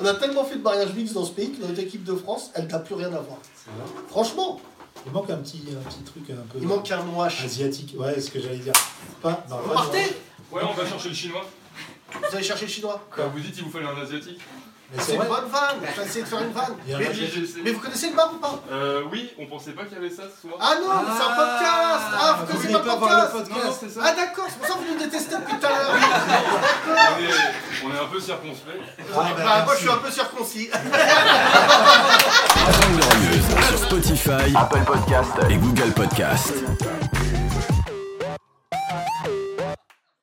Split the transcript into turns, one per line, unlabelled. On a tellement fait de mariage mixte dans ce pays que notre équipe de France, elle n'a plus rien à voir. Franchement,
Il manque un petit, un petit truc un peu
il manque un noache.
asiatique. Ouais, c'est ce que j'allais dire. Pas, non, pas
Partez
Ouais, on va chercher le chinois.
Vous allez chercher le chinois.
Quand vous dites qu'il vous fallait un asiatique. Ah,
Mais
C'est
c'est
une
vrai.
bonne vanne. Je vais essayer de faire une vanne.
Il y a un
Mais,
J'ai- j'ai-
mais vous connaissez le bar ou pas
Euh, oui, on pensait pas qu'il y avait ça ce soir.
Ah non, mais c'est un podcast Ah, vous
vous
connaissez
voulez
pas
pas
le
voir le
podcast
non, non,
podcast
c'est ça.
Ah d'accord, c'est pour ça que vous nous détestez depuis tout à l'heure.
on, est, on est un peu circonspect.
Ah, bah,
Bah, moi je
merci.
suis un peu circoncis.
Glorieuse sur Spotify, Apple Podcast et Google Podcast.